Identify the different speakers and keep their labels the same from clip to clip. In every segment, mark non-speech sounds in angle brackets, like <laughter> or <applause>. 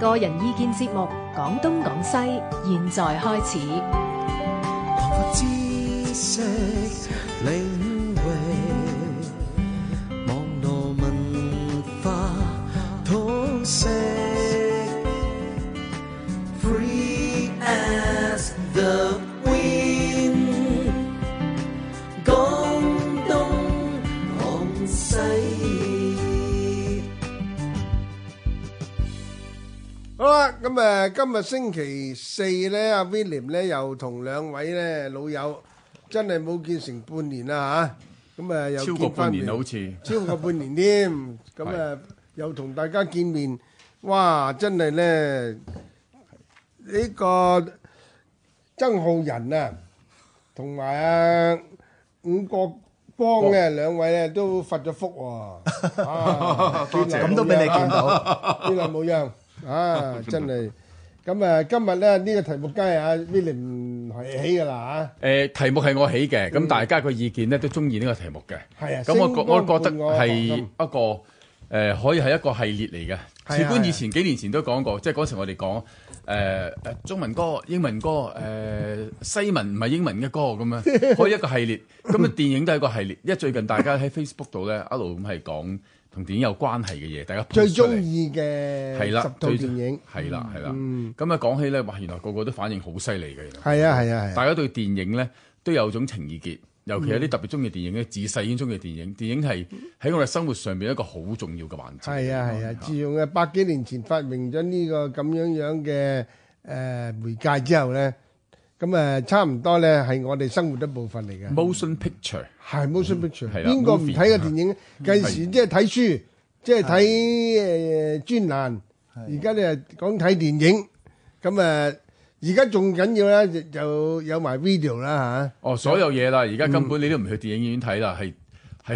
Speaker 1: 個人意見節目《廣東廣西》，現在開始。
Speaker 2: 擴闊知識領域，網絡文化通識，Free as the wind。廣東廣西。
Speaker 3: 好啦，咁诶，今日星期四咧，阿 William 咧又同兩位咧老友，真係冇見成半年啦吓，咁啊又
Speaker 4: 超過
Speaker 3: 見返
Speaker 4: 半年
Speaker 3: 面
Speaker 4: 啦好似
Speaker 3: 超過半年添，
Speaker 4: <laughs>
Speaker 3: 咁啊又同大家見面，哇！真係咧呢個曾浩仁啊，同埋啊伍國光咧兩位咧都發咗
Speaker 5: <laughs>
Speaker 3: 福喎，啊
Speaker 5: 咁都俾你見到。
Speaker 3: 呢兩冇樣
Speaker 5: <laughs>
Speaker 3: 啊，真係。咁啊，今日咧呢個題目梗係阿 William 係起㗎啦
Speaker 4: 誒、題目係我起嘅，咁大家個意見咧都中意呢個題目嘅。
Speaker 3: 嗯係啊
Speaker 4: 咁我
Speaker 3: 星
Speaker 4: 覺
Speaker 3: 光
Speaker 4: 我覺得
Speaker 3: 伴我
Speaker 4: 係一
Speaker 3: 學
Speaker 4: 個誒、可以係一個系列嚟
Speaker 3: 係啊啊
Speaker 4: 嘅。事
Speaker 3: 係啊
Speaker 4: 官以前幾年前都講過，即係嗰時我哋講誒誒中文歌、英文歌、誒、西文唔係英文嘅歌
Speaker 3: <laughs>
Speaker 4: 咁樣，可以一個系列。咁啊，電影都係一個系列。因為最近大家喺 Facebook 度咧一路咁係講同電影有關係嘅嘢，大家
Speaker 3: 最
Speaker 4: post 出嚟
Speaker 3: 中意嘅
Speaker 4: 係
Speaker 3: 十
Speaker 4: 啦，
Speaker 3: 套
Speaker 4: 最
Speaker 3: 電影，嗯
Speaker 4: 係啦係啦。咁啊講起咧，哇！原來個個都反應好犀利嘅，原來。
Speaker 3: 係啊係啊係啊，
Speaker 4: 大家對電影咧都有種情意結，尤其有
Speaker 3: 嗯
Speaker 4: 啲特別中意電影嘅，自細已經中意電影。電影係喺我哋生活上邊一個好重要嘅環節。
Speaker 3: 係啊係啊，自從啊百幾年前發明咗呢個咁樣樣嘅誒媒介之後咧，咁啊差唔多咧係我哋生活一部分嚟嘅。
Speaker 4: motion picture
Speaker 3: 係 motion picture，
Speaker 4: 係啦
Speaker 3: 邊個唔
Speaker 4: movie，
Speaker 3: 睇嘅電影？計時即係睇書，即係睇誒專欄。而家你係講睇電影，咁誒而家仲緊要咧，就就有埋 video 啦
Speaker 4: 哦，所有嘢啦，
Speaker 3: 嗯
Speaker 4: 而家根本你都唔去電影院睇啦，
Speaker 3: 啊
Speaker 4: 係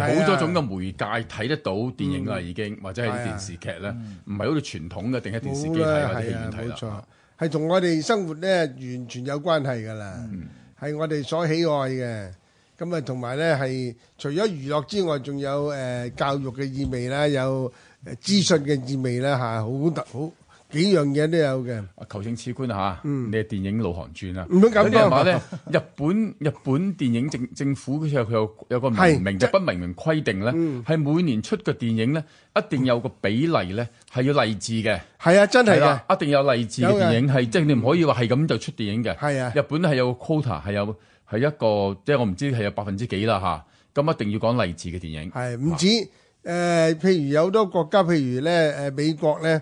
Speaker 4: 係好多種嘅媒介睇得到電影啦，已經或者係
Speaker 3: 係
Speaker 4: 啲
Speaker 3: 啊
Speaker 4: 電視劇咧，唔係好似傳統嘅定係
Speaker 3: 嚇，
Speaker 4: 電視
Speaker 3: 冇
Speaker 4: 機睇
Speaker 3: 啦，
Speaker 4: 或者戲
Speaker 3: 係
Speaker 4: 院
Speaker 3: 啊，
Speaker 4: 睇
Speaker 3: 冇錯
Speaker 4: 啦。，
Speaker 3: 係同我哋生活咧完全有關係㗎啦，
Speaker 4: 嗯
Speaker 3: 係我哋所喜愛嘅。咁啊，同埋咧係除咗娛樂之外，仲有誒教育嘅意味啦，有誒資訊嘅意味啦嚇，好特好幾樣嘢都有嘅。
Speaker 4: 啊求證次官嚇，你係電影老行專啦。
Speaker 3: 嗯唔好咁講
Speaker 4: 有啲人話咧，日本日本電影政政府佢有佢有有個
Speaker 3: 係嗯
Speaker 4: 明明就不明文規定咧，係每年出嘅電影咧，一定有個比例咧係要勵志嘅，
Speaker 3: 係啊，真係嘅
Speaker 4: 啦，，一定有勵志嘅
Speaker 3: 有嘅
Speaker 4: 電影係，即係你唔可以話係咁就出電影嘅。
Speaker 3: 係啊
Speaker 4: 日本係有個 quota 係有係一個，即係我唔知係有百分之幾啦吓，咁一定要講勵志嘅電影。
Speaker 3: 係唔止誒、呃譬如有好多國家，譬如咧誒、呃美國咧誒、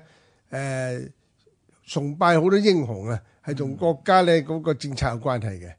Speaker 3: 呃崇拜好多英雄啊，係同國家咧嗰個政策有關係嘅。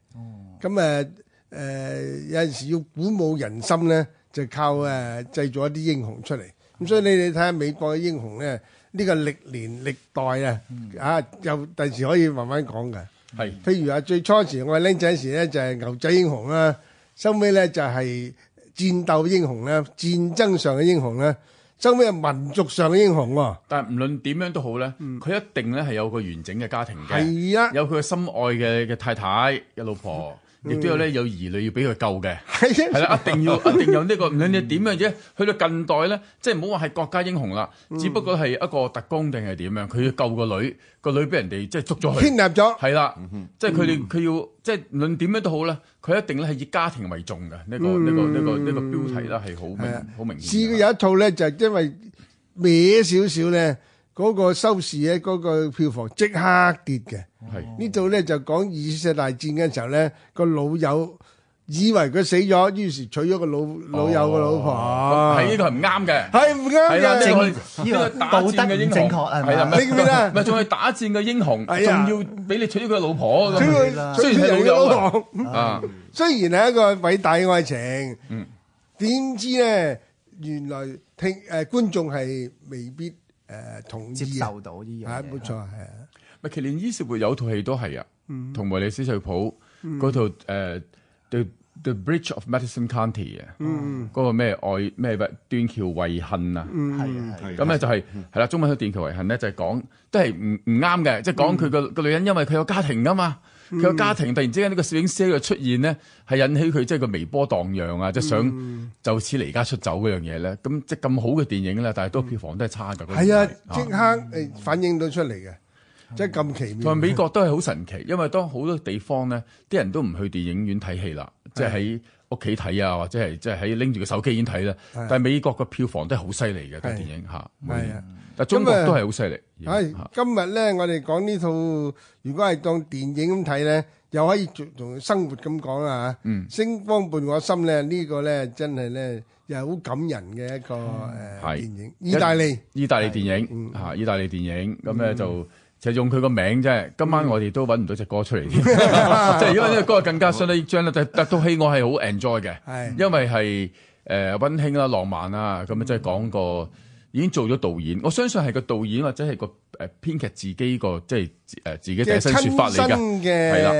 Speaker 3: 咁誒誒有陣時要鼓舞人心咧，就靠誒、呃、製造一啲英雄出嚟。咁所以你哋睇下美國嘅英雄咧，呢、個歷年歷代啊，啊又第時可以慢慢講嘅。
Speaker 4: 係
Speaker 3: 譬如啊，最初時我係僆仔時咧就係牛仔英雄啦，收尾咧就係戰鬥英雄啦，戰爭上嘅英雄啦，收尾係民族上嘅英雄喎。
Speaker 4: 但係唔論點樣都好咧，佢一定咧係有個完整嘅家庭嘅，
Speaker 3: 嗯係啊
Speaker 4: <laughs> 有佢嘅心愛嘅嘅太太、嘅老婆，
Speaker 3: 嗯
Speaker 4: 亦都有咧有兒女要俾佢救嘅。
Speaker 3: 係
Speaker 4: 係啦，
Speaker 3: <laughs>
Speaker 4: 一定要一定有呢個，唔論你點樣啫。去到近代咧，即係唔好話係國家英雄啦，
Speaker 3: 嗯
Speaker 4: 只不過係一個特工定係點樣，佢要救個女，個女俾人哋即係捉咗
Speaker 3: 建
Speaker 4: 去，
Speaker 3: 立咗
Speaker 4: 係啦，即係佢
Speaker 3: 嗯
Speaker 4: 哋佢要即係無論點樣都好啦，佢一定咧係以家庭為重嘅呢個呢個呢個呢個標題啦，係好
Speaker 3: 係啊
Speaker 4: 明好明
Speaker 3: 試
Speaker 4: 顯
Speaker 3: 過
Speaker 4: 嘅。
Speaker 3: 有一套咧，就係因為歪少少咧，嗰個收視咧，嗰個票房即刻跌嘅。
Speaker 4: 係
Speaker 3: 呢度咧就講二次大戰嘅時候咧，個老友以為佢死咗，於是娶咗個老老友嘅老
Speaker 4: 哦
Speaker 3: 婆。
Speaker 4: 係呢個係唔啱嘅。
Speaker 3: 係唔啱
Speaker 4: 係啦，
Speaker 3: 嘅
Speaker 4: 呢。個
Speaker 5: 呢
Speaker 4: 呢
Speaker 5: 個
Speaker 4: 個打戰嘅英
Speaker 5: 道德唔正
Speaker 4: 雄
Speaker 5: 確係咪
Speaker 4: 係啦，
Speaker 3: 你記唔記得啊
Speaker 4: 唔係仲係打戰嘅英雄，仲
Speaker 3: 係啊
Speaker 4: 要俾你娶咗佢老婆
Speaker 3: 娶
Speaker 4: 咁
Speaker 3: 佢
Speaker 4: 雖
Speaker 3: 娶
Speaker 4: 然
Speaker 3: 佢
Speaker 4: 係
Speaker 3: 人嘅
Speaker 4: 老友
Speaker 3: 老
Speaker 4: 啊
Speaker 3: 婆。
Speaker 4: 啊！
Speaker 3: 雖然係一個偉大嘅愛情，點知咧原來聽誒、呃、觀眾係未必誒、呃同意
Speaker 5: 接受到呢樣
Speaker 3: 係
Speaker 5: 嘢。
Speaker 3: 冇錯係啊，
Speaker 4: 咪其連伊士活有套戲都係啊，同梅里斯翠普嗰套誒對 The Bridge of Madison County 嘅，嗰個咩愛咩斷橋遺恨啊，
Speaker 5: 係係
Speaker 4: 咁咧就係係啦，中文嘅斷橋遺恨咧就係講都係唔唔啱嘅，即係
Speaker 3: 嗯
Speaker 4: 講佢個個女人因為佢有家庭噶嘛，佢有家庭突然之間呢個攝影師嘅出現咧，係引起佢即係個微波盪漾啊，即係
Speaker 3: 嗯
Speaker 4: 想就此離家出走嗰樣嘢咧。咁即係咁好嘅電影咧，但係都票房都係差㗎。嗰陣
Speaker 3: 係啊
Speaker 4: 時，
Speaker 3: 即刻誒反映到出嚟嘅，真係咁奇
Speaker 4: 同
Speaker 3: 妙
Speaker 4: 埋。美國都係好神奇，因為當好多地方咧，啲人都唔去電影院睇戲啦，即係喺屋企睇啊，或者係即係喺拎住個手機已經睇啦。但係美國嘅票房都係好犀利嘅，啲電影嚇。每
Speaker 3: 係
Speaker 4: 年
Speaker 3: 啊，
Speaker 4: 但中國都係好犀利。
Speaker 3: 係
Speaker 4: 嚇
Speaker 3: 今日咧，我哋講呢套，如果係當電影咁睇咧，又可以做同生活咁講啊嚇。
Speaker 4: 嗯
Speaker 3: 星光伴我心咧，呢個咧真係咧又係好感人嘅一個誒
Speaker 4: 係
Speaker 3: 電影。意大利
Speaker 4: 意大利電影嚇，意大利電影咁咧就就用佢個名啫。今晚我哋都揾唔到只歌出嚟添，即係因為呢個歌更加相得益彰啦。但但套戲我係好 enjoy 嘅，
Speaker 3: 係
Speaker 4: 因為係誒温馨啦、浪漫啦，咁啊即係講個已經做咗導演，我相信係個導演或者係個誒呃編劇自己個即係誒自己
Speaker 3: 嘅
Speaker 4: 第一身説法
Speaker 3: 親
Speaker 4: 嚟
Speaker 3: 身
Speaker 4: 㗎。係
Speaker 3: 嘅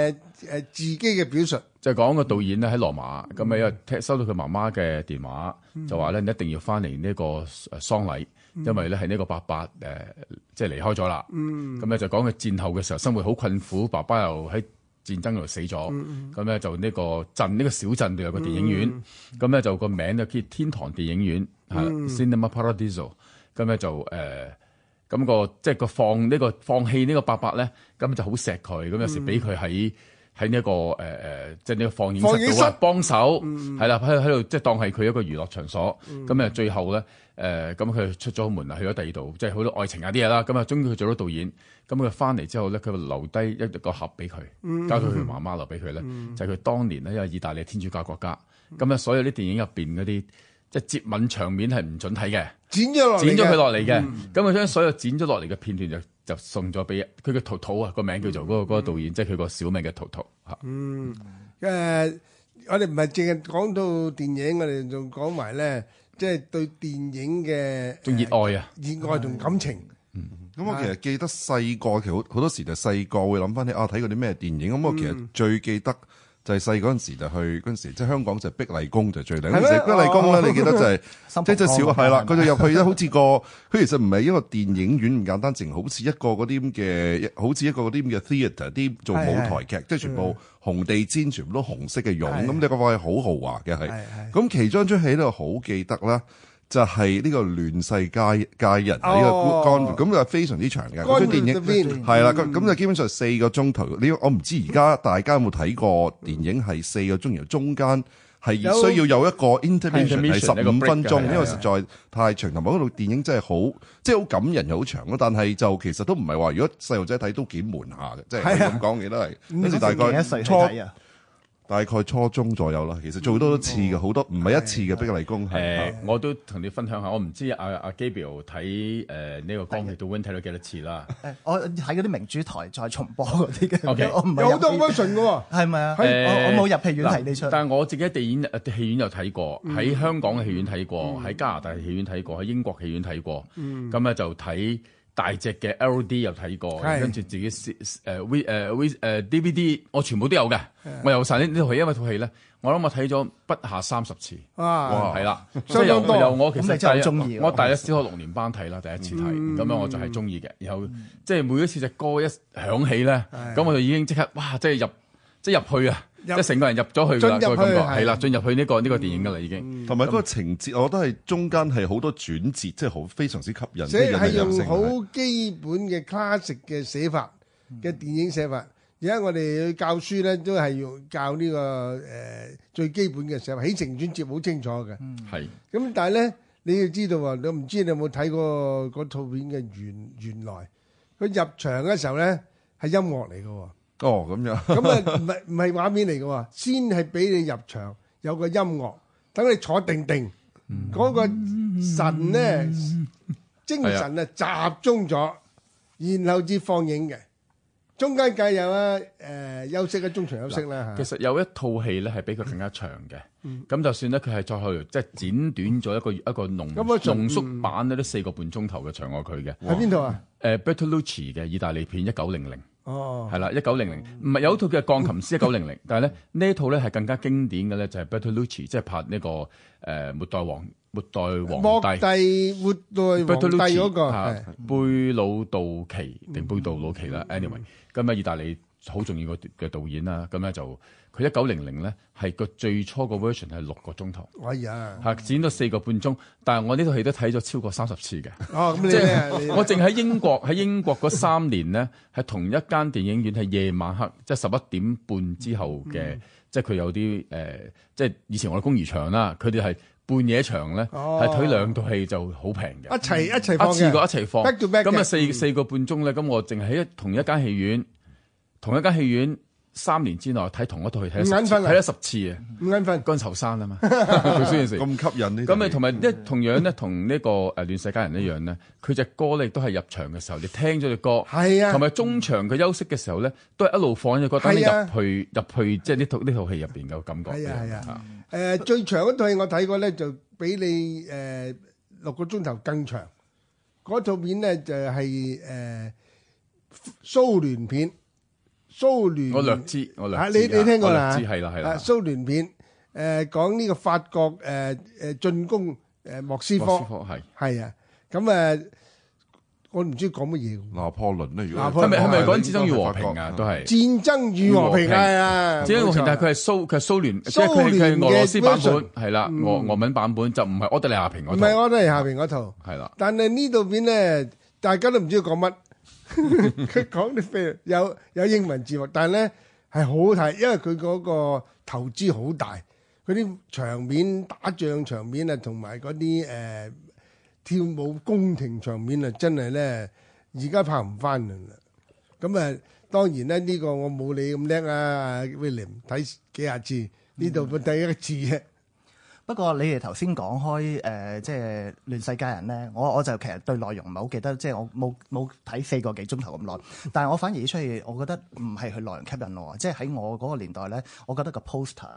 Speaker 3: 誒自己嘅表述。
Speaker 4: 就係講個導演咧喺羅馬，咁啊因為聽收到佢媽媽嘅電話，就話咧你一定要翻嚟呢個誒喪禮，因為咧係呢個伯伯誒呃即係離開咗啦。咁咧就講佢戰後嘅時候生活好困苦，爸爸又喺戰爭嗰度死咗。咁咧就呢個鎮呢個小鎮度有個電影院，咁咧就個名就叫天堂電影院，係啦 Cinema Paradiso。咁咧就誒。咁、個即係個放呢、個放棄呢個伯伯咧，咁就好錫佢，咁有時俾佢喺喺呢一個誒誒、呃即係呢個放映
Speaker 3: 放映室
Speaker 4: 室
Speaker 3: 嗯
Speaker 4: 度啊幫手，係啦喺喺度即係當係佢一個娛樂場所。咁啊、最後咧誒咁佢出咗門啦，去咗第二度，即係好多愛情啊啲嘢啦。咁啊，終於佢做咗導演，咁佢翻嚟之後咧，佢留低一個盒俾
Speaker 3: 嗯
Speaker 4: 佢，交咗佢媽媽留俾佢咧，就係佢當年咧因為意大利天主教國家，咁啊所有啲電影入邊嗰啲即係接吻場面係唔准睇嘅。
Speaker 3: 剪咗落嚟嘅，
Speaker 4: 剪咗佢落
Speaker 6: 哦
Speaker 4: 嚟嘅，
Speaker 6: 嗯
Speaker 4: 咁佢將所有剪咗落嚟嘅片段就就送咗俾佢嘅圖圖啊，個名叫做
Speaker 6: 嗯
Speaker 4: 嗰、個嗰、個導演，即係佢個小名嘅圖圖嚇。
Speaker 3: 誒、我哋唔係淨係講到電影，我哋仲講埋咧，即係對電影嘅
Speaker 4: 仲熱愛嗯啊！
Speaker 3: 熱愛同感情。
Speaker 6: 咁啊我其實記得細個，其實好好多時就細個會諗翻起啊，睇過啲咩電影。咁啊
Speaker 3: 嗯
Speaker 6: 我其實最記得就係細嗰陣時就去嗰陣時，即係香港就係碧麗宮就最靚。
Speaker 3: 係
Speaker 6: 嗰
Speaker 3: 咩哦
Speaker 6: 陣時碧麗宮咧，你記得就
Speaker 3: <laughs>
Speaker 6: 係
Speaker 5: 新
Speaker 6: 即係
Speaker 5: 蒲
Speaker 6: 隻
Speaker 5: 崗
Speaker 6: 小
Speaker 5: 嗰間
Speaker 6: 係啦，
Speaker 5: 係
Speaker 6: 佢就入去咧，好似個佢其實唔係一個電影院咁簡單，淨好似一個嗰啲咁嘅，好似一個嗰啲咁嘅 theatre 啲做舞台劇，即係全部紅地氈，全部都紅色嘅絨，
Speaker 3: 係
Speaker 6: 咁你個位好豪華嘅係。
Speaker 3: 係
Speaker 6: 咁其中一出戲咧，我好記得啦，就係呢個亂世佳佳人啊呢個
Speaker 3: 哦
Speaker 6: 干咁就非常之長嘅。嗰出電影
Speaker 3: 影
Speaker 6: 係啦，咁咁就基本上四個鐘頭。你我唔知而家大家有冇睇過電影係四個鐘，然後中間係
Speaker 3: 有
Speaker 6: 需要有一個 intermission 係
Speaker 4: intermission，
Speaker 6: 十
Speaker 4: 一個
Speaker 6: 五
Speaker 4: break
Speaker 6: 分
Speaker 4: 嘅
Speaker 6: 鐘，
Speaker 4: 係啊
Speaker 6: 因為實在太長，同埋嗰套電影真係好，即係好感人又好長咯。但係就其實都唔係話，如果細路仔睇都幾悶下嘅，即係
Speaker 3: 係啊
Speaker 6: 咁講嘅都係。嗰時
Speaker 5: 嗰
Speaker 6: 大
Speaker 5: 時幾
Speaker 6: 概
Speaker 5: 多歲去
Speaker 6: 初
Speaker 5: 睇啊？
Speaker 6: 大概初中左右啦，其實做多次嘅，好多唔係一次嘅碧麗
Speaker 4: 誒、
Speaker 6: 宮係。
Speaker 4: 我都同你分享下，我唔知阿阿 Gabriel 睇誒呢個《光血到 Win》睇咗幾多次啦。
Speaker 5: 誒我睇嗰啲明珠台再重播嗰啲
Speaker 4: OK
Speaker 5: 嘅， <laughs> 我唔係
Speaker 3: 有好
Speaker 5: 入
Speaker 3: 多
Speaker 4: 嗯
Speaker 5: 戲
Speaker 3: version 嘅喎。
Speaker 4: <laughs>
Speaker 5: 係咪啊？我
Speaker 4: 誒
Speaker 5: 我冇入戲院睇呢出
Speaker 4: 呃
Speaker 5: 嗯
Speaker 4: 嗱，但係我自己喺電影誒戲院有睇過，喺香港嘅戲院睇過，喺加拿大嘅戲院睇過，喺英國戲院睇過，
Speaker 5: 嗯
Speaker 4: 咁咧就睇大隻嘅 LD 又睇過，
Speaker 3: 係
Speaker 4: 跟住自己 C- 誒 V 誒 V 誒 DVD 我全部都有嘅，我有晒呢呢套戲，因為套戲咧，我諗我睇咗不下三十次。
Speaker 3: 哇！
Speaker 4: 係啦，即
Speaker 3: 相當
Speaker 4: 係由
Speaker 3: 多
Speaker 4: 由我其
Speaker 5: 咁
Speaker 4: 實
Speaker 5: 你真係好
Speaker 4: 第一
Speaker 5: 鍾意喎啊
Speaker 4: 我第一小學六年班睇啦，第一次
Speaker 5: 嗯
Speaker 4: 睇，咁樣我就係中意嘅。然後即係每一次隻歌一響起咧，
Speaker 3: 係
Speaker 4: 咁我就已經即刻哇！即係入即係入去啊！即
Speaker 3: 入
Speaker 4: 係成個人入咗去㗎啦，
Speaker 3: 進入
Speaker 4: 個感覺
Speaker 3: 去係嗯
Speaker 4: 係啦，進入去呢個呢個電影㗎啦已經。
Speaker 6: 同埋嗰個情節，我覺得係中間係好多轉折，即係好非常之吸引，
Speaker 3: 即
Speaker 6: 即係引
Speaker 3: 係
Speaker 6: 人入
Speaker 3: 用
Speaker 6: 勝係
Speaker 3: 好基本嘅 classic 嘅寫法
Speaker 4: 嗯
Speaker 3: 嘅電影寫法。而家我哋去教書咧，都係用教呢、個誒、最基本嘅寫法，起承轉接好清楚嘅。
Speaker 4: 係
Speaker 3: 咁但係咧，你要知道喎，你唔知你有冇睇過嗰套片嘅原原來佢入場嘅時候咧係音樂嚟嘅喎，
Speaker 6: 哦咁樣。
Speaker 3: 咁
Speaker 4: <laughs>
Speaker 3: 啊唔係唔係畫面嚟嘅喎，先係俾你入場有個音樂，等你坐定定，
Speaker 4: 嗯
Speaker 3: 嗰、個神咧精神啊集中咗，然後至放映嘅。中間梗係有啦，誒、休息嘅中場休息啦
Speaker 4: 其
Speaker 3: 嚇，
Speaker 4: 實有一套戲咧係比佢更加長
Speaker 3: 嗯
Speaker 4: 嘅，咁就算咧佢係再去即係剪短咗一個一個濃
Speaker 3: 咁啊仲
Speaker 4: 濃縮版咧都四個半鐘頭嘅長過佢嘅。
Speaker 3: 喺邊度啊？
Speaker 4: 誒 Bertolucci 嘅意大利片一九零零，
Speaker 3: 哦，
Speaker 4: 係啦，一九零零，唔係有一套叫《鋼琴師一九零 <laughs> 零》，但係咧呢一套咧係更加經典嘅咧，就係 Bertolucci，即係拍呢個誒末代王末代
Speaker 3: 莫
Speaker 4: 皇帝。
Speaker 3: 蒂末代皇帝
Speaker 4: Bertolucci
Speaker 3: 嗰個
Speaker 4: 啊
Speaker 3: 係嗯
Speaker 4: 貝魯杜奇定貝杜魯奇啦，anyway，咁啊意大利好重要嘅嘅導演啦，咁咧就佢一九零零咧係個最初個 version 係六個鐘頭，
Speaker 3: 哎呀，
Speaker 4: 嚇剪咗四個半鐘，但係我呢套戲都睇咗超過三十
Speaker 3: <laughs>
Speaker 4: 次嘅。
Speaker 3: 哦咁你
Speaker 4: 即
Speaker 3: 咧，你
Speaker 4: 係我淨喺英國 <laughs> 喺英國嗰三年咧，喺同一間電影院係夜晚黑，即係十一點半之後
Speaker 3: 嗯
Speaker 4: 嘅，即係佢有啲誒、呃即係以前我哋公餘場啦，佢哋係半夜場咧，
Speaker 3: 哦
Speaker 4: 係睇兩套戲就好平嘅
Speaker 3: 一。齊一齊放
Speaker 4: 一次過一
Speaker 3: 嘅，
Speaker 4: 齊放，
Speaker 3: back to back 嘅
Speaker 4: 咁啊四四個半鐘咧，咁我淨係喺同一間戲院，同一間戲院三年之內睇同一套戲睇咗
Speaker 3: 唔
Speaker 4: 十
Speaker 3: 眼
Speaker 4: 次
Speaker 3: 瞓啊
Speaker 4: 睇咗十次啊！
Speaker 3: 唔眼瞓。
Speaker 4: 干愁山啊嘛，佢雖然成
Speaker 6: 咁吸引呢？
Speaker 4: 咁你同埋一同樣咧，同呢個誒亂世佳人一樣咧，佢只歌咧亦都係入場嘅時候，你聽咗只歌，
Speaker 3: 係啊
Speaker 4: 同埋中場佢休息嘅時候咧，都係一路放只歌，等你
Speaker 3: 係啊
Speaker 4: 入去入去即係呢套呢套戲入邊嘅感覺。
Speaker 3: 係啊係啊
Speaker 4: 嚇，
Speaker 3: 誒、最長嗰套戲我睇過咧，就比你誒、六個鐘頭更長。嗰套片咧就係、誒、蘇聯片，蘇聯
Speaker 4: 我略知，我略
Speaker 3: 啊
Speaker 4: 知
Speaker 3: 你你聽過啦
Speaker 4: 我略知係啦係
Speaker 3: 啊
Speaker 4: 啦，
Speaker 3: 蘇聯片誒、講呢個法國誒誒進攻誒、莫斯科
Speaker 4: 莫斯科係。
Speaker 3: 係啊，咁誒、我唔知講乜嘢喎。
Speaker 6: 拿破崙咧，如
Speaker 3: 拿
Speaker 6: 果
Speaker 3: 破崙
Speaker 4: 係咪係咪
Speaker 3: 係
Speaker 4: 講戰爭與和平啊？都係。
Speaker 3: 戰爭與和平係啊，
Speaker 4: 戰爭與和平，
Speaker 3: 冇錯
Speaker 4: 但係佢係蘇佢係蘇聯，即係
Speaker 3: 蘇
Speaker 4: 佢係佢
Speaker 3: 聯
Speaker 4: 係俄羅斯版
Speaker 3: 嘅 version 嗯
Speaker 4: 本，係啦，俄俄文版本就唔係柯德利亞平
Speaker 3: 唔
Speaker 4: 嗰
Speaker 3: 係
Speaker 4: 套，
Speaker 3: 我都係下邊嗰套。
Speaker 4: 係啦。
Speaker 3: 但係呢度片咧，大家都唔知佢講乜，佢講啲
Speaker 4: <laughs>
Speaker 3: 非有有英文字幕，但係咧係好好睇，因為佢嗰個投資好大，佢啲場面打仗場面啊，同埋嗰啲誒跳舞宮廷場面啊，真係咧而家拍唔翻啦。咁啊，當然咧呢、個我冇你咁叻啊，William 睇幾廿次，呢度咪第一個字啫。
Speaker 5: 不過你哋頭先講開誒、呃即係亂世佳人咧，我我就其實對內容唔係好記得，即係我冇冇睇四個幾鐘頭咁耐。但係我反而出去，我覺得唔係佢內容吸引我，即係喺我嗰個年代咧，我覺得個 poster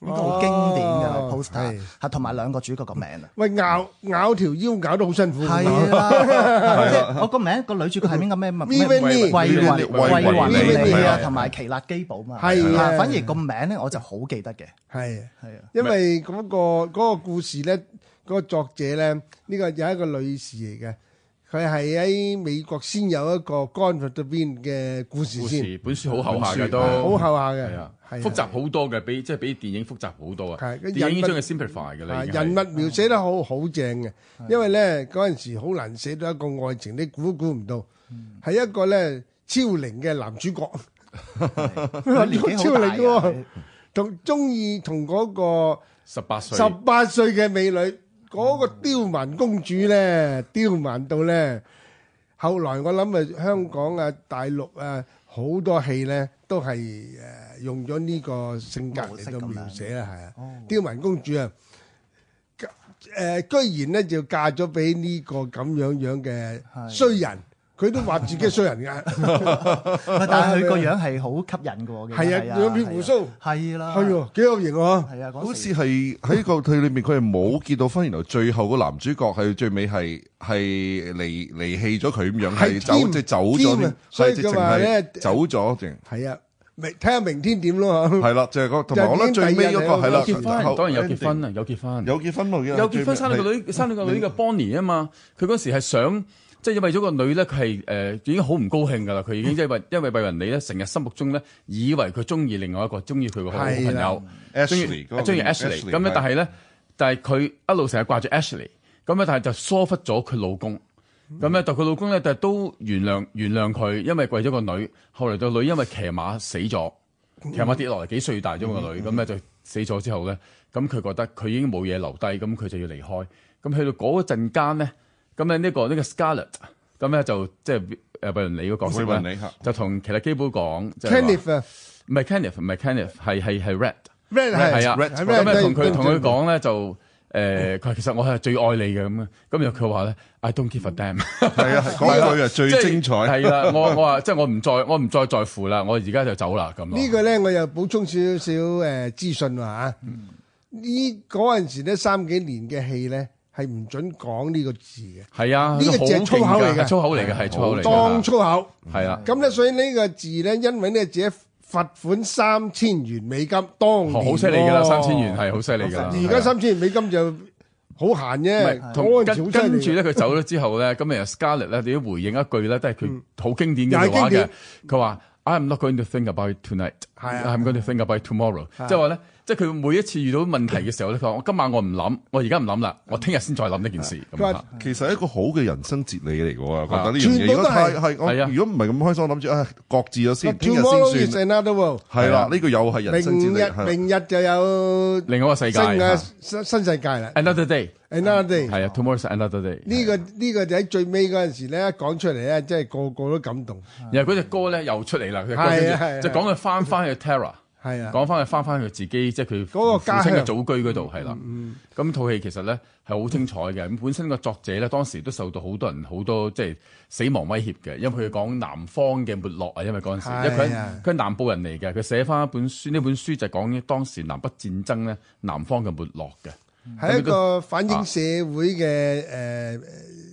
Speaker 5: 應該好經典㗎啦
Speaker 3: 哦
Speaker 5: poster
Speaker 3: 係
Speaker 5: 係同埋兩個主角個名啊。
Speaker 3: 喂，咬咬條腰咬得好辛苦㗎嘛。
Speaker 5: 係啦，即係我個名個女主角係邊個咩？咩
Speaker 3: Vivian
Speaker 5: 咩維
Speaker 3: Lee
Speaker 5: 維
Speaker 6: Vivian
Speaker 5: 維維
Speaker 3: Lee
Speaker 5: 利啊，
Speaker 3: 係
Speaker 5: 同埋奇辣基寶嘛。
Speaker 3: 係啊
Speaker 5: 反而個名咧我就好記得嘅，
Speaker 3: 係啊。
Speaker 5: 係啊，
Speaker 3: 因為嗰、個嗰個故事咧，嗰、個作者咧，呢、個有一個女士嚟嘅，佢係喺美國先有一個 Gone with the Wind 嘅故事
Speaker 4: 故
Speaker 3: 先，
Speaker 4: 事本書好厚下嘅都，
Speaker 3: 好厚下
Speaker 4: 係
Speaker 3: 嘅
Speaker 4: 啊，，
Speaker 3: 係
Speaker 4: 複雜好多嘅，比即係比電影複雜好多啊！
Speaker 3: 係個
Speaker 4: 電影已
Speaker 3: 人
Speaker 4: 經將
Speaker 3: 物
Speaker 4: 佢 simplify 嘅啦，
Speaker 3: 啊
Speaker 4: 已經
Speaker 3: 人
Speaker 4: 係
Speaker 3: 物描寫得好好正嘅，因為咧嗰陣時好難寫到一個愛情，你估都估唔到，係一個咧超齡嘅男主
Speaker 5: <laughs>
Speaker 3: 角。<laughs>
Speaker 5: 佢年紀好大
Speaker 3: 超齡
Speaker 5: 嘅
Speaker 3: 喎。同中意同嗰個
Speaker 4: 十八歲
Speaker 3: 十八歲嘅美女，嗰、個刁蠻公主咧，刁蠻到咧。後來我諗啊，香港啊、大陸啊，好多戲咧都係誒、呃用咗呢個性格嚟到描寫啦，係啊。刁蠻公主啊，誒、居然咧就嫁咗俾呢個咁樣樣嘅
Speaker 5: 係
Speaker 3: 衰人，佢都話自己係衰人㗎。
Speaker 5: 唔係但係佢個樣係好吸引嘅喎，我記得
Speaker 3: 係啊兩邊鬍鬚
Speaker 5: 係啦，
Speaker 3: 哎呦，幾有型喎！
Speaker 5: 係啊，
Speaker 6: 好
Speaker 5: 嗰
Speaker 6: 似
Speaker 5: 時
Speaker 6: 係喺個佢裏面，佢係冇結到婚，原來最後個男主角係最尾係係離離棄咗佢咁樣，係
Speaker 3: 係
Speaker 6: 走
Speaker 3: 兼
Speaker 6: 即係走
Speaker 3: 兼
Speaker 6: 咗
Speaker 3: 啊
Speaker 6: 添，
Speaker 3: 所以
Speaker 6: 係直情
Speaker 3: 佢話咧
Speaker 6: 係走咗淨
Speaker 3: 係啊，明睇下明天點咯。
Speaker 6: 係啦，就係嗰同埋我覺得
Speaker 3: 就已
Speaker 6: 最
Speaker 3: 經
Speaker 6: 尾嗰個係
Speaker 4: 有
Speaker 6: 啦，
Speaker 4: 結
Speaker 6: 後
Speaker 4: 婚，當然有結婚，啊，有結婚，
Speaker 6: 有結婚咯，
Speaker 4: 有結婚生咗個
Speaker 6: 女，
Speaker 4: 女，生咗個女嘅 Bonnie 啊嘛，佢嗰時係想。即係為咗個女咧，佢係誒已經好唔高興㗎啦。佢已經因為因為為人哋咧，成日心目中咧以為佢中意另外一個，中意佢個好朋
Speaker 3: 係啦
Speaker 4: 友。中意
Speaker 6: Ashley 嗰個
Speaker 4: 中意 Ashley，咁咧但係咧，但係佢一路成日掛住 Ashley，咁咧但係就疏忽咗佢老公，咁咧但佢老公咧但係都原諒原諒佢，因為為咗個女，後嚟個女因為騎馬死咗，騎馬跌落嚟幾歲大咗個
Speaker 6: 嗯
Speaker 4: 女，咁咧就死咗之後咧，咁佢覺得佢已經冇嘢留低，咁佢就要離開，咁去到嗰陣間咧，咁咧呢個呢個 Scarlett，咁啊咧就即係呃誒維倫理個角
Speaker 6: 會
Speaker 4: 色
Speaker 6: 問你
Speaker 4: 咧
Speaker 6: 嚇，
Speaker 4: 就同其實基本講，即係話
Speaker 3: Kenneth 啊
Speaker 4: 唔係 Kenneth，唔係 Kenneth，係係係 Red。
Speaker 3: ，Red 係
Speaker 4: 係啊，
Speaker 3: 係
Speaker 4: 咁啊同佢
Speaker 3: 對
Speaker 4: 同佢
Speaker 3: 對
Speaker 4: 講咧就呃誒，佢話其實我係最愛你嘅咁啊，咁然後佢話咧，I don't give a damn，<laughs>
Speaker 6: 係啊，係嗰句啊最
Speaker 4: 即係
Speaker 6: 精彩，
Speaker 4: 係啦，我我話即係我唔再我唔再在乎啦，我而家就走啦咁啊咯。
Speaker 3: 呢個咧，我又補充少
Speaker 4: 嗯
Speaker 3: 少誒資訊喎嚇。呢嗰陣時咧，三幾年嘅戲咧係係唔准講呢個字嘅，
Speaker 4: 係啊，
Speaker 3: 呢個
Speaker 4: 好
Speaker 3: 字係粗口嚟
Speaker 4: 勁
Speaker 3: 嘅
Speaker 4: 㗎粗口嚟嘅，係粗口嚟
Speaker 3: 當
Speaker 4: 㗎，
Speaker 3: 粗口。
Speaker 4: 係啊啦，
Speaker 3: 咁咧，所以呢個字咧，因為呢個字咧罰款三千元美金，當年
Speaker 4: 哦好犀利㗎啦，
Speaker 3: 喎
Speaker 4: 三千元係好犀利㗎啦，
Speaker 3: 而家三千元美金就好閒
Speaker 4: 唔
Speaker 3: 啫，
Speaker 4: 係
Speaker 3: 嗰
Speaker 4: 同
Speaker 3: 陣時
Speaker 4: 跟
Speaker 3: 好犀
Speaker 4: 跟
Speaker 3: 利啊
Speaker 4: 住
Speaker 3: 嘅。
Speaker 4: 咧，佢走咗之後咧， <laughs> 咁啊 Scarlett 咧，點回應一句咧，都係佢好經典
Speaker 3: 又係
Speaker 4: 嘅話
Speaker 3: 經
Speaker 4: 嘅
Speaker 3: 典。
Speaker 4: 佢話：I'm not going to think about it tonight。
Speaker 3: 係啊
Speaker 4: I'm going to think about it tomorrow。即係話咧，即係佢每一次遇到問題嘅時候咧，佢話：我今晚我唔諗，我而家唔諗啦，我聽日先再諗呢件事。咁
Speaker 3: 嗯佢
Speaker 4: 啊
Speaker 3: 話，
Speaker 6: 其實係一個好嘅人生哲理嚟嘅喎，我覺得呢樣
Speaker 3: 全
Speaker 6: 嘢。
Speaker 3: 部
Speaker 6: 如果
Speaker 3: 都係
Speaker 6: 太係
Speaker 4: 係啊
Speaker 6: 我，如果唔係咁開心，我諗住啊，各自咗先，聽日
Speaker 3: Tomorrow
Speaker 6: 先
Speaker 3: is
Speaker 6: 算。
Speaker 3: another world，
Speaker 6: 係啦，呢個又係人生哲
Speaker 3: 明
Speaker 6: 理
Speaker 3: 日
Speaker 6: 係啦。
Speaker 3: 明日就有
Speaker 4: 另外一個世界
Speaker 3: 新嘅
Speaker 4: 嚇
Speaker 3: 新新世界啦。
Speaker 4: Another day
Speaker 3: Another day。
Speaker 4: 係啊，Tomorrow's another day。
Speaker 3: 呢個呢個就喺最尾嗰陣時咧，一講出嚟咧，真係個個都感動。
Speaker 4: 然後嗰只歌咧又出嚟啦，佢
Speaker 3: 係啊係
Speaker 4: 歌
Speaker 3: 啊
Speaker 4: 就講佢翻翻去 Terra。
Speaker 3: 係啊，
Speaker 4: 講翻佢翻翻佢自己，即係佢
Speaker 3: 嗰個
Speaker 4: 父
Speaker 3: 家鄉嗯
Speaker 4: 親嘅祖居嗰度係啦。咁套戲其實咧係好精彩嘅。咁本身個作者咧當時都受到好多人好多即係死亡威脅嘅，因為佢講南方嘅沒落啊，因為嗰陣時，因為佢
Speaker 3: 係啊
Speaker 4: 喺佢係南部人嚟嘅，佢寫翻一本書，呢本書就講當時南北戰爭咧南方嘅沒落嘅。
Speaker 3: 係一個反映社會嘅誒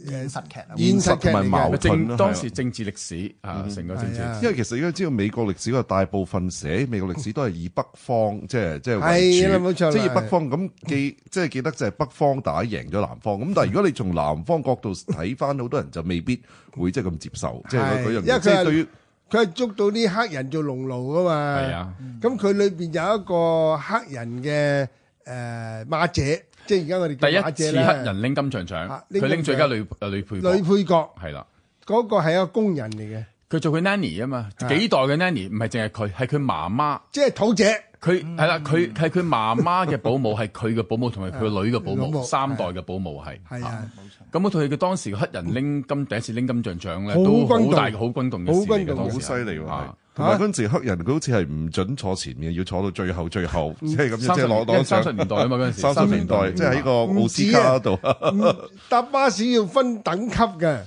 Speaker 5: 現實劇啊，
Speaker 3: 現實劇
Speaker 6: 同埋
Speaker 3: 嚟
Speaker 6: 矛
Speaker 3: 嘅
Speaker 6: 盾。
Speaker 4: 政
Speaker 6: 係嗯啊
Speaker 4: 當時政治歷史啊，成個政治
Speaker 3: 係啊
Speaker 4: 歷史
Speaker 6: 因為其實應該知道美國歷史嘅大部分寫美國歷史都係以北方 <laughs> 即係即係
Speaker 3: 係啦冇
Speaker 6: 為
Speaker 3: 錯啦
Speaker 6: 主，即係以北方咁記即係記得就係北方打贏咗南方。咁但係如果你從南方角度睇翻，好多人就未必會即係咁接受，即係嗰
Speaker 3: 係
Speaker 6: 嗰樣
Speaker 3: 因為佢
Speaker 6: 嘢。即係
Speaker 3: 係
Speaker 6: 對於
Speaker 3: 佢係捉到啲黑人做農奴噶嘛。
Speaker 4: 係啊。
Speaker 3: 咁佢裏邊有一個黑人嘅誒馬姐，即係而家我哋
Speaker 4: 第
Speaker 3: 叫馬
Speaker 4: 一
Speaker 3: 姐
Speaker 4: 次
Speaker 3: 啦
Speaker 4: 黑人拎金像獎
Speaker 3: 啊，拎
Speaker 4: 佢拎
Speaker 3: 金
Speaker 4: 最佳女女配角
Speaker 3: 女配角，
Speaker 4: 係啦。
Speaker 3: 嗰個係一個工人嚟嘅，
Speaker 4: 佢做佢 nanny 啊嘛，幾代嘅 nanny 唔係淨係佢，係佢媽媽。
Speaker 3: 即係土姐。
Speaker 4: 佢係啦，佢係佢媽媽嘅保姆，係佢嘅保姆同埋佢個女嘅保
Speaker 3: 保姆
Speaker 4: 姆，三代嘅保姆係。
Speaker 3: 係啊，
Speaker 4: 咁嗰套戲佢當時黑人拎金第一次拎金像獎
Speaker 3: 好
Speaker 4: 咧，都
Speaker 3: 轟動
Speaker 4: 好大嘅好轟動嘅事嚟嘅，
Speaker 3: 好轟
Speaker 4: 當時
Speaker 6: 好
Speaker 4: 係
Speaker 6: 犀利喎。係
Speaker 4: 啊
Speaker 6: 同埋嗰陣時黑人佢好似係唔準坐前面，要坐到最後最後，即係咁樣即係攞
Speaker 4: 因為
Speaker 6: 攞
Speaker 4: 嗯三十年代啊嘛嗰陣時
Speaker 6: 三十年代
Speaker 4: 嗯
Speaker 6: 即係喺個奧斯卡度。
Speaker 4: 啊
Speaker 3: 嗯搭巴士要分等級嘅，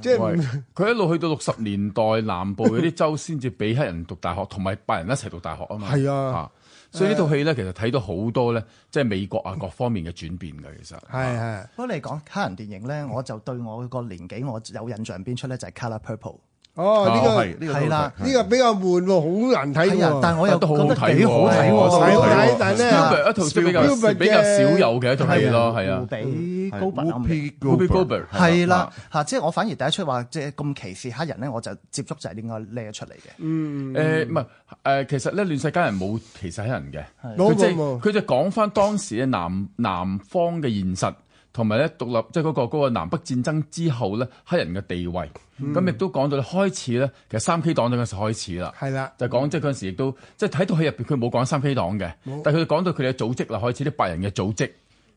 Speaker 3: 即係
Speaker 4: 喂
Speaker 3: 唔
Speaker 4: 佢一路去到六十年代南部嗰啲州先至俾黑人讀大學，同埋白人一齊讀大學啊嘛。
Speaker 3: 係啊，
Speaker 4: 所以呢套戲咧，其實睇到好多咧，即係美國啊各方面嘅轉變嘅，其實
Speaker 3: 係係
Speaker 5: 不過你講黑人電影咧，我就對我個年紀我有印象邊出咧就係《Color Purple》。
Speaker 3: 哦呢
Speaker 6: 哦
Speaker 3: 個
Speaker 6: 係呢個都好
Speaker 5: 係啦
Speaker 6: 睇
Speaker 3: 呢個比較悶喎，好難睇
Speaker 5: 係啊，但
Speaker 3: 喎。
Speaker 5: 我又
Speaker 4: 都好好
Speaker 5: 覺得
Speaker 4: 睇
Speaker 5: 幾
Speaker 4: 喎
Speaker 5: 好睇
Speaker 6: 我都好
Speaker 5: 喎。
Speaker 6: 睇喎
Speaker 3: 但係咧
Speaker 5: 啊
Speaker 4: Spielberg 一套都
Speaker 3: Spielberg
Speaker 4: 比較
Speaker 3: 嘅
Speaker 4: 比較少有嘅一套戲咯，係啊
Speaker 5: 胡。比高拔啊
Speaker 6: Whoopi
Speaker 4: Whoopi
Speaker 6: Goldberg
Speaker 4: Goldberg 啊
Speaker 5: 係啦，嚇！即係我反而第一出話即係咁歧視黑人咧，我就接觸就係應該呢一出嚟嘅。
Speaker 3: 嗯
Speaker 4: 誒唔係誒，其實咧《亂世佳人》冇歧視黑人嘅，
Speaker 3: 冇
Speaker 4: 佢即係
Speaker 3: 冇冇
Speaker 4: 佢就講翻當時嘅南南方嘅現實，同埋咧獨立即係嗰個嗰個南北戰爭之後咧黑人嘅地位，
Speaker 3: 嗯
Speaker 4: 咁亦都講到咧開始咧，其實三 K 黨嗰陣時開始啦。
Speaker 3: 係啦，
Speaker 4: 就講即係嗰陣時亦都即係睇到佢入邊佢冇講三 K 黨嘅，但係佢講到佢哋嘅組織啦，開始啲白人嘅組織。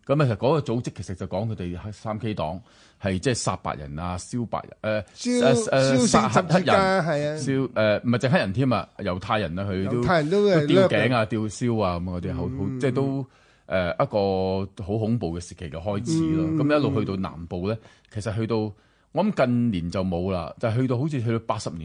Speaker 4: 咁啊，其實嗰個組織其實就講佢哋三 K 黨係即係殺白人啊、燒白人誒、
Speaker 3: 燒
Speaker 4: 誒誒
Speaker 3: 燒聖
Speaker 4: 殺黑
Speaker 3: 十
Speaker 4: 黑
Speaker 3: 字架係
Speaker 4: 人、
Speaker 3: 啊，
Speaker 4: 燒誒唔係淨黑人添啊，猶太人啊佢
Speaker 3: 猶太人都係
Speaker 4: 都
Speaker 3: 掠
Speaker 4: 吊
Speaker 3: 嗯嘅
Speaker 4: 頸啊、吊燒啊咁嗰啲，好好即係都誒一個好恐怖嘅時期嘅開始
Speaker 3: 嗯
Speaker 4: 咯。咁一路去到南部咧，其實去到我諗近年就冇啦，就係去到好似去到八十年